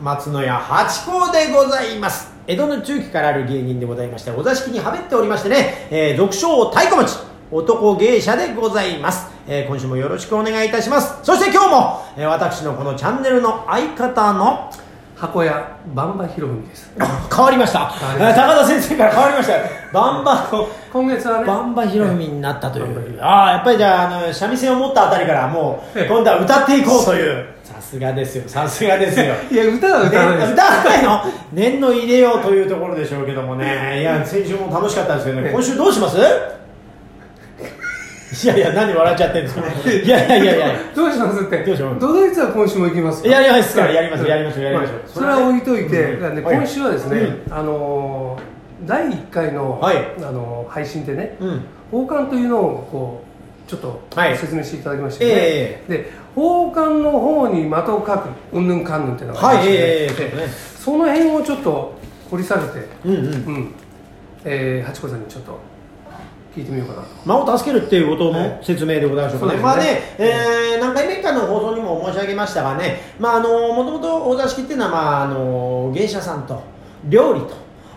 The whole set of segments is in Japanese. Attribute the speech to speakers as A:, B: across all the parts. A: 松野屋八甲でございます江戸の中期からある芸人でございましてお座敷にはべっておりましてね、えー、俗称太鼓持ち男芸者でございます、えー今週もよろしくお願いいたしますそして今日も、えー私のこのチャンネルの相方の
B: 箱屋バンバヒロ文です
A: 変わりました
B: 変わりました
A: 高田先生から変わり ましたバンバンの
B: 今月はね
A: バンバヒロミになったとい
B: バンバヒロ
A: う
B: ミ
A: ああやっぱりじゃああの三味線を持ったあたりからもう
B: ええ
A: 今度は歌っていこうというさすがですよさすがですよ
B: いや歌は歌わない
A: ね
B: です、
A: 歌わないの念の入れようというところでしょうけども ねいや先週も楽しかったんですけどね
B: ええ
A: 今週どうします いやいや何笑っちゃってんですか いやいやいやいや
B: どうしますって
A: どうします
B: ドドイツは今週も行きますか
A: やりますからやります
B: うん
A: やりましょうやりましょう
B: はそれは置いといて、
A: うん
B: なんで
A: はい
B: 今週はですね、
A: う
B: あのー第1回の、
A: はい
B: あのー配信でね
A: うん
B: 奉還というのをこうちょっと
A: はい
B: 説明していただきましたよね、
A: え
B: で奉還の方に的を書くうんぬんかんぬんっていうのがあり
A: は
B: ま
A: い
B: して、
A: ええええそうですね
B: でその辺をちょっと掘り下げて
A: うんうん
B: うん、えー、ハチコさんにちょっと聞いてみようかなと。
A: 間を助けるっていうこと
B: え
A: の説明でございましょうかね。ま
B: そ
A: あ
B: うで
A: ね
B: すね、
A: えー何回目かの放送にも申し上げましたがね、まああの、もともとお座敷っていうのは、まああの、芸者さんと、料理と、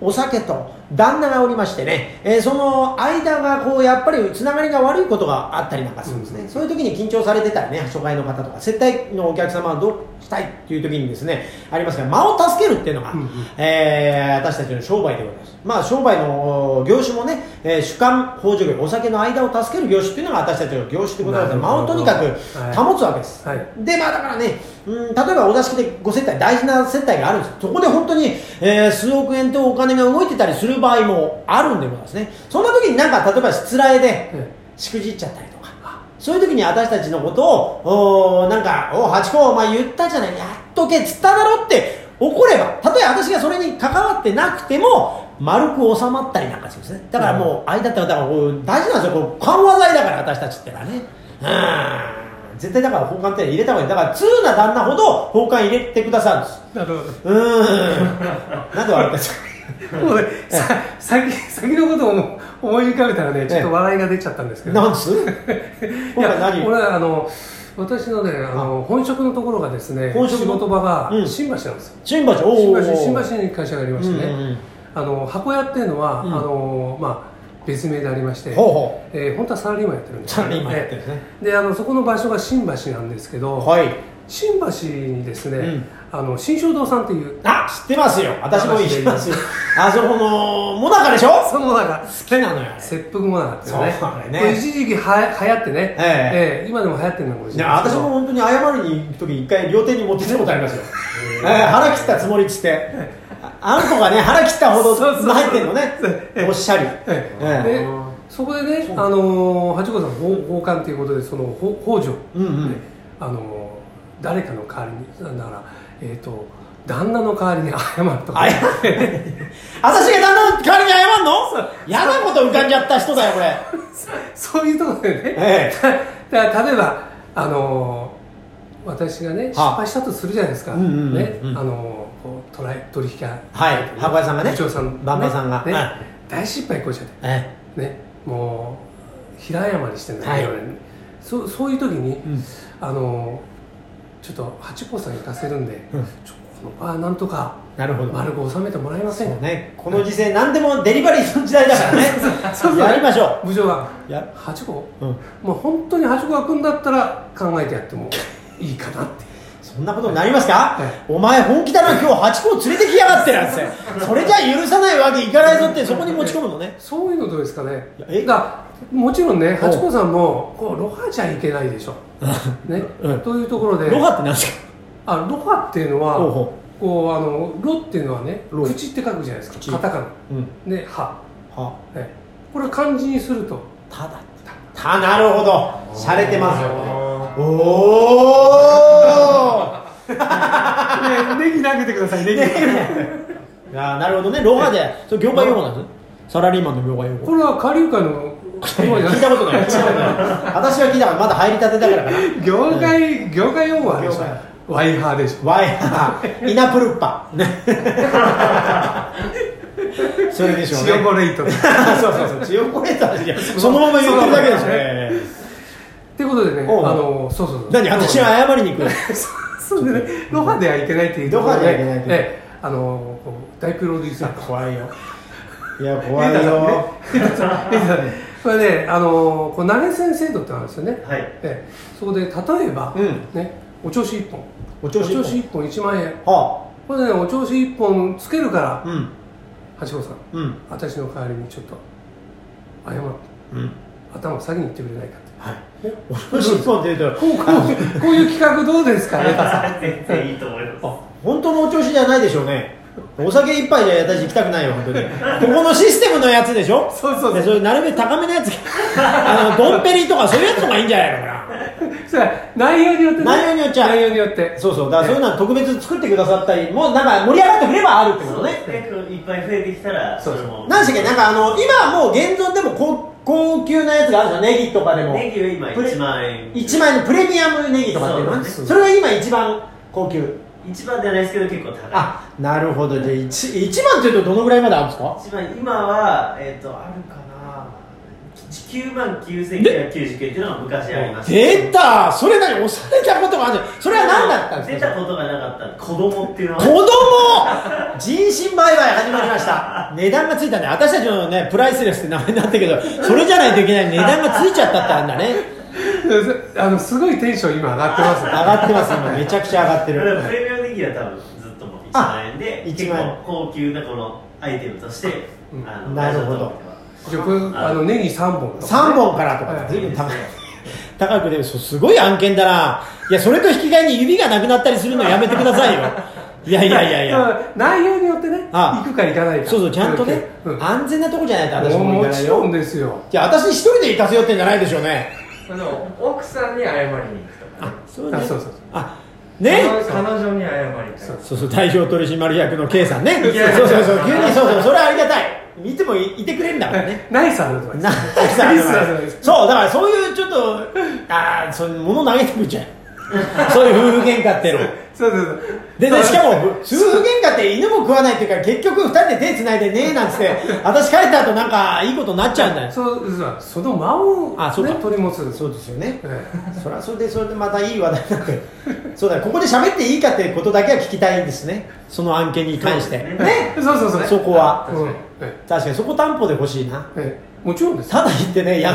A: お酒と、旦那がおりましてね、えーその間がこう、やっぱりつながりが悪いことがあったりなんかするんですね。
B: うん
A: そういう時に緊張されてたらね、初回の方とか、接待のお客様はどうしたいっていう時にですね、ありますから、間を助けるっていうのが、
B: うんうん
A: えー私たちの商売でございます。まあ、商売のお業種もね、えー主幹、補助業、お酒の間を助ける業種っていうのが私たちの業種でございます。
B: なる
A: 間
B: ほ
A: をと
B: ど
A: にかく保つわけです。
B: はい
A: で、まあだからね、うん、例えばお座敷でご接待、大事な接待があるんです。そこで本当に、えー数億円とお金が動いてたりする場合もあるんでございますね。そんな時になんか、例えば失礼で、しくじっちゃったりとか。そういう時に私たちのことを、おーなんか、おハチ公、お前言ったじゃない、やっとけっつっただろって怒れば、たとえ私がそれに関わってなくても、丸く収まったりなんかするんですね。だからもう、間って、だからこう大事なんですよ、こう緩和剤だから、私たちってのはね。うん。絶対だから、奉還って入れた方がいい。だから、通な旦那ほど奉還入れてくださるんです。
B: なるほど。
A: う ーん。なんで笑ったんですか
B: もうねさ先先のことを思思い浮かべたらね、ちょっと笑いが出ちゃったんですけど。
A: なんです
B: い
A: 今回
B: や、
A: 何
B: 俺はあの私のねあの本職のところがですね、
A: 本職の
B: 仕事場が
A: うん
B: 新橋なんですよ。
A: 新橋、お
B: 新
A: ー
B: 橋新橋に会社がありましてね、
A: うんうんうん
B: あの箱屋っていうのは、
A: うん
B: あのまあ別名でありまして、
A: ほうほ
B: えー本当はサラリーマンやってるんです
A: サラリーマンやってるんですね
B: えーであのそこの場所が新橋なんですけど、
A: う。はい。
B: 新橋にですね、
A: うん
B: あの新正堂さんっていう
A: あ知ってますよ私も行きますよ あそこのもなかでしょ好
B: そのなんか
A: きなのよあれ
B: 切腹もなかったよね
A: そうあれね
B: これ一時期はや流行ってね、
A: え
B: え今でも流行ってるのかもし
A: い
B: れ
A: や
B: ないで
A: 私
B: すけ
A: も
B: ど
A: 本当に謝りに行く時一回両手に持ってきたことありますよ、えー腹切ったつもりっつってああの子がね腹切ったほど
B: そうそう
A: 入ってんのねおっしゃり、
B: ええ
A: ええ
B: でそこでね、あのー、八五さん奉奉還ということでそのほ北条、
A: うんうん
B: ねあのー誰かの代わりにだからえっ、と旦那の代わりに謝るとか
A: あや私が旦那の代わりに謝んの嫌なこと浮かんじゃった人だよこれ
B: そういうところでね、
A: え
B: だから例えばあのー私がね失敗したとするじゃないですか、
A: うんうんうん
B: ね、あ
A: うん
B: のーこうトライ取引屋
A: はい箱屋さんがね
B: 部長さん
A: バンバンさんが
B: ね
A: はい
B: 大失敗こいちゃって
A: え
B: ねもう平謝りしてんだ
A: はい
B: けど、そうそういう時に、
A: ん
B: あのちょっと八甲さん行かせるんで、
A: うん
B: ちょこの場なんとか
A: なるほど
B: 丸く収めてもらえませんか、
A: ね、この時世何でもデリバリーの時代だからね
B: そうそう
A: やりましょ
B: 部長が
A: うや、
B: 八甲
A: うん
B: もう本当に八甲が来るんだったら考えてやってもいいか なって
A: そんなことになりますか、
B: はい
A: お前本気だな今日八個連れてきやがって なんですよそれじゃ許さないわけいかないぞってそこに持ち込むのね
B: そういうのどうですかね
A: え
B: がもちろんね
A: お
B: 八甲さんもこうロハじゃいけないでしょ、ね
A: うん
B: というところで
A: ロハって何ですか
B: あロハっていうのは
A: ほうほ
B: こうあのロっていうのはね
A: ロ
B: 口って書くじゃないです
A: 口
B: かカタカ
A: うん
B: ナで歯、
A: は
B: ね、これ漢字にする と
A: ただたなるほど洒落てますよおお
B: ネギ投げてくださいネ
A: い
B: ギ、
A: やなるほどねロハでそれ業界用語なんですねサラリーマンの業界用語
B: これは下流界の
A: 聞いたことない聞いたことない私は聞いたからまだ入りたてだからかな
B: 業界業界用語はあれでし
A: 業界
B: ょワイハーでしょ
A: ワイハ ーイナプルッパねそれで しょうね
B: 塩コレイトっ
A: そうそうそう、チヨコレーターじゃんそのまま言ってるだけでしょ。ええ
B: てことでねあ
A: おう
B: のそうそうそう
A: 何、私は謝りに行く。
B: そうそうですねロハではいけないっていうところ
A: ロハではいけないっていう
B: ええあのこう大プロデューサーと
A: 怖いよいや
B: エ
A: 怖い
B: イタさんね
A: よ
B: エイタさ んエイタさんねこれねあのこう投げ銭制度ってあるんですよね、
A: はい
B: ええ、そこで例えば、
A: うん
B: ねお調子一本
A: お調子一本
B: 一本1万円
A: は
B: これねお調子一本つけるから
A: あうん
B: 八五さん
A: うん
B: 私の代わりにちょっと謝って
A: うん
B: 頭下げに行ってくれないかって
A: はいお調子一本って言うと
B: こうこうこういう企画どうですかね
C: 全然いいと思います
B: あ
A: 本当のお調子じゃないでしょうねお酒一杯じゃ私行きたくないよ本当にここのシステムのやつでしょ
B: そうそう
A: でそれなるべく高めの やつあのドンペリとかそういうやつの方がいいんじゃないのか
B: それ内容によってね、
A: 内容によっちゃ
B: 内容によって
A: なそうそうだからそういうのは特別作ってくださったりもうなんか盛り上がってくればあるってことね
C: 結構いっぱい増えてきたら
B: そうそう
C: れも
A: 何でしたっけなんかあの今はもう現存でも高高級なやつがあるじゃんネギとかでも
C: ネギは今
A: プレ
C: 1万円
A: 一枚のプレミアムネギとかっていうのはね
B: そう
A: それが今一番高級
C: 一番じゃないですけど結構高
A: あなるほどじゃあ 1, 1番っていうとどのぐらいまであるんですか
C: い一番今はえっ、とあるかな9万9999っていうのが昔ありました
A: 出たそれ何押されたことがあるじゃんそれは何だったんです
C: 出
A: か
C: たことがなかった子供っていうの
A: 子
C: は
A: 供人身売買始まりました値段がついたね私たちのねプライスレスって名前になったけどそれじゃないといけない値段がついちゃったってあるんだね
B: あのすごいテンション今上がってます
A: 上がってます今めちゃくちゃ上がって
C: だからプ
A: る
C: レミアムネギは多分ずっともう1万円で
A: あ
C: 結
A: 1万円
C: 構高級なこのアイテムとして
B: うん
C: あの
A: なるほど
C: 大事だと思ってます
B: じゃあこれあのネギ3本とか
A: 3本からとか随分高い高くでそうすごい案件だないやそれと引き換えに指がなくなったりするのやめてくださいよいやいやいやいや
B: だから内容によってね
A: ああ
B: 行くか行かないか
A: そうそうちゃんとね、
B: うん
A: 安全なとこじゃないと私も
B: も
A: 行かな
B: ち
A: い
B: ろん
A: よ
B: ですよ
A: いや私一人で行かせようってんじゃないでしょうね
D: あの奥さんに謝りに行くとか、ね、
A: そ
B: あそうそうそう
A: あね
D: 彼女彼女に謝りに行くとか
A: そうそう代表取締役の K さんね
D: いや
A: そうそうそう急にそうそうそれはありがたい見てもいいてくれるんだからね
B: ナイスアドバイス
A: な
B: ナイスアドバイス
A: そうだからそういうちょっとああそういう物投げてくるじゃんそういう夫婦喧嘩っての
B: そうそうそう
A: でねしかも夫婦喧嘩って犬も食わないっていうから結局二人で手つないでねえなんつって私帰った後なんかいいことになっちゃうんだよ
B: そうそうその間を、
A: あそうか
B: ね、取り持つ
A: そうですよね
B: え
A: それはそれでそれでまたいい話題になって そうだねここで喋っていいかってことだけは聞きたいんですねその案件に関して
C: そうです
A: ね
C: ね
B: えそうそうそう
A: そこは
B: うんえ
A: 確かにそこ担保で欲しいな
B: えええもちろんです
A: ただ言ってね や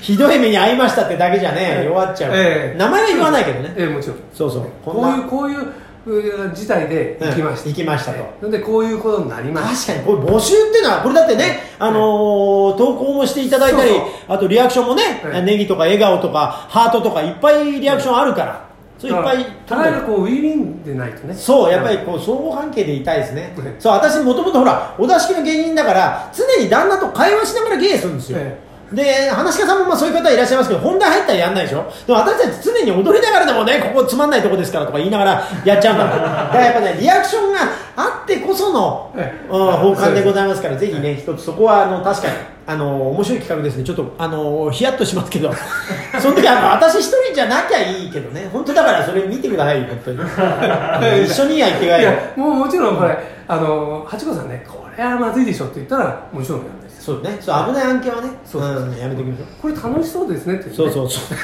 A: ひどい目に遭いましたってだけじゃね
B: ええ
A: 弱っちゃう、
B: ええ
A: 名前は言わないけどね、
B: ええもちろん
A: そうそう
B: こういうこういううー事態で行きました、
A: うん行きましたと
B: ええなんでこういうことになりました
A: 確かにこれ募集っていうのはこれだってね、あのー投稿もしていただいたり
B: そうそう
A: あとリアクションもね、
B: ええ
A: ネギとか笑顔とかハートとかいっぱいリアクションあるから、それいっぱい
B: ただこうウィンウィンでないとね
A: そうやっぱりこう相互関係でいたいですね、
B: ええ
A: そう私もともとほらお座敷の芸人だから常に旦那と会話しながら芸するんですよ、
B: え
A: で話し家さんもまあそういう方いらっしゃいますけど本題入ったらやんないでしょでも私たち常に踊りながらでもねここつまんないとこですからとか言いながらやっちゃうんだもんだからやっぱねリアクションがあってこその、
B: ええ
A: うん、本館でございますからぜひね一つそこはあの確かにあの面白い企画ですねちょっとあのヒヤッとしますけど その時はあの私一人じゃなきゃいいけどね本当だからそれ見てくださいよ本当にあ の一緒にやってくだ
B: い
A: さいよ
B: やもうもちろんこれ、あの八子さんねこれはまずいでしょって言ったらもちろんやんないです
A: そうねそう危ない案件はね
B: そうそうそ
A: んやめておきましょう
B: これ楽しそうですねって言って
A: そ
B: ね、
A: うそうそう。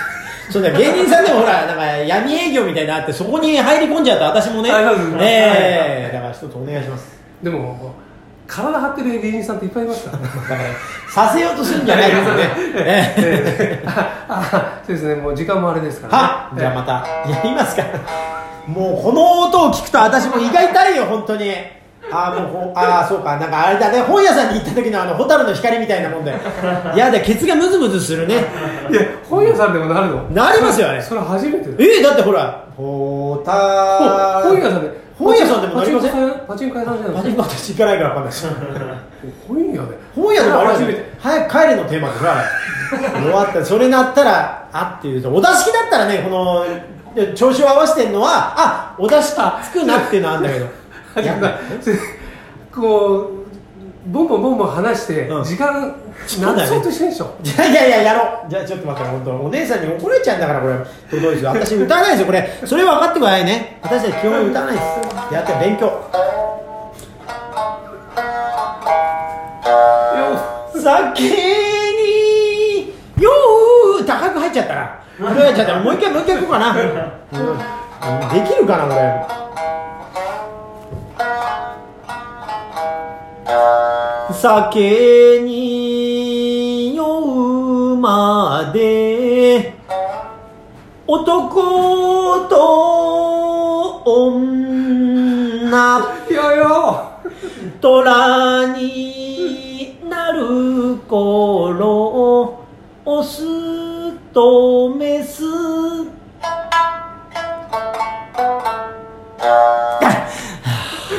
A: そうだ芸人さんでもほらなんか闇営業みたいになってそこに入り込んじゃうと私もね
B: あそうですね
A: ええだから一つお願いします
B: でも体張ってる芸人さんっていっぱいいますからね
A: だからさせようとするんじゃないですよね、ええ
B: ええ ああそうですねもう時間もあれですから
A: は
B: ね
A: じゃあまた
B: え
A: やりますかもうこの音を聞くと私も胃が痛いよ本当にああもうほああそうかなんかあれだね本屋さんに行った時のあの蛍の光みたいなもんだよいやだケツがムズムズするね
B: えいや本屋さんでもなるの
A: なりますよあれ
B: それ初めてだ
A: ええだってほらほた
B: ほ本屋さんで
A: 本屋さんでもなりません
B: パチンコ屋さんじゃな
A: 何
B: い
A: も私行かないから分かんないし
B: 本屋で
A: 本屋でもあれ
B: 初めて
A: 早く帰れのテーマでさ終わったそれなったらあっていうとお座敷だったらねこの調子を合わせてるのはあお座敷つくなっていうのはあんだ けど
B: 始まったこうボンボンボンボン話して、
A: うん
B: 時間
A: そうだね
B: 何そうとしてんでしょ
A: いやいやいややろうじゃあちょっと待って本当お姉さんに怒られちゃうんだからこれどうぞどうぞ私歌わないですよこれそれ分かってくださいね私たち基本歌わないですやって勉強
B: いや
A: 酒によう高く入っちゃったら入っちゃったらもう一回もう一回行こうかな、うんできるかなこれ酒に酔うまで男と女
B: いやいや
A: 虎になる頃オスとメス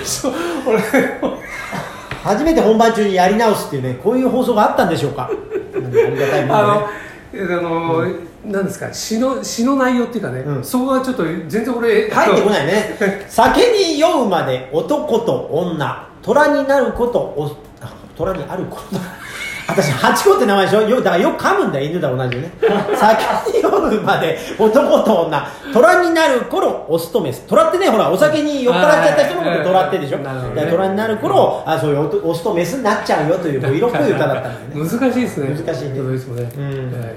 B: そう俺
A: 初めて本番中にやり直すっていうねこういう放送があったんでしょう かうんありがたいもんだね
B: あのあの、なんですか詩の詩の内容っていうかね、
A: うん
B: そこはちょっと全然俺
A: 入ってこ
B: い
A: ないね酒に酔うまで男と女虎になることおあ虎にあること 私ハチ公って名前でしょよだからよく噛むんだよ犬だ同 じね酒に酔うまで男と女虎になる頃オスとメス虎ってねほらお酒に酔っ払っちゃった人のこと虎ってでしょ
B: はい
A: だ
B: はいはいはい
A: から虎になる頃あそういうオスとメスになっちゃうよというこう色っぽい歌だったんだよね
B: 難しいですね
A: 難しいね
B: どうですもね、
A: うん
B: はい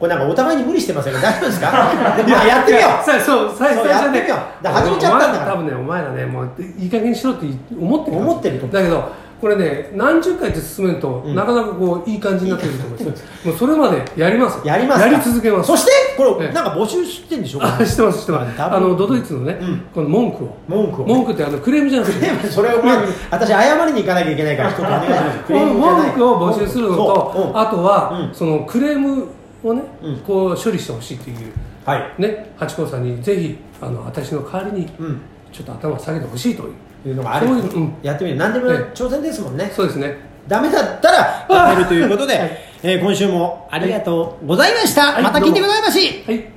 A: これなんかお互いに無理してませんか大丈夫ですか でもまあやってみよう
B: さそう最
A: そう
B: 最初
A: やってみようだから始めちゃったんだから
B: お前ら多分ねお前らねもういい加減にしろって思ってる
A: 思ってると思う
B: だけどこれね何十回って進めると、
A: うん
B: なかなかこういい感じになってくると思うんですよもうそれまでやります
A: やりますか
B: やり続けます
A: そしてこれ
B: ええ
A: なんか募集してんでしょ
B: あ知ってます知ってます
A: ダブ
B: あのドドイツのね、
A: うん
B: この文句を
A: 文句を
B: 文句ってあのクレームじゃなくて
A: それをまあ私謝りに行かなきゃいけないから一つお願いしますクレームじゃない
B: 文句を募集するの
A: そうう
B: と
A: ん
B: あとは、
A: うん
B: そのクレームをね、
A: うん
B: こう処理してほしいっていう
A: はい
B: ねハチ公さんにぜひあの私の代わりに
A: うん
B: ちょっと頭を下げてほしいという
A: いうのがある
B: そういううん
A: やってみる何でも
B: ええ
A: 挑戦ですもんね
B: そうですね
A: ダメだった らやめるということでえー今週もありがとうございました
B: い
A: また聞いてくださいまし
B: はい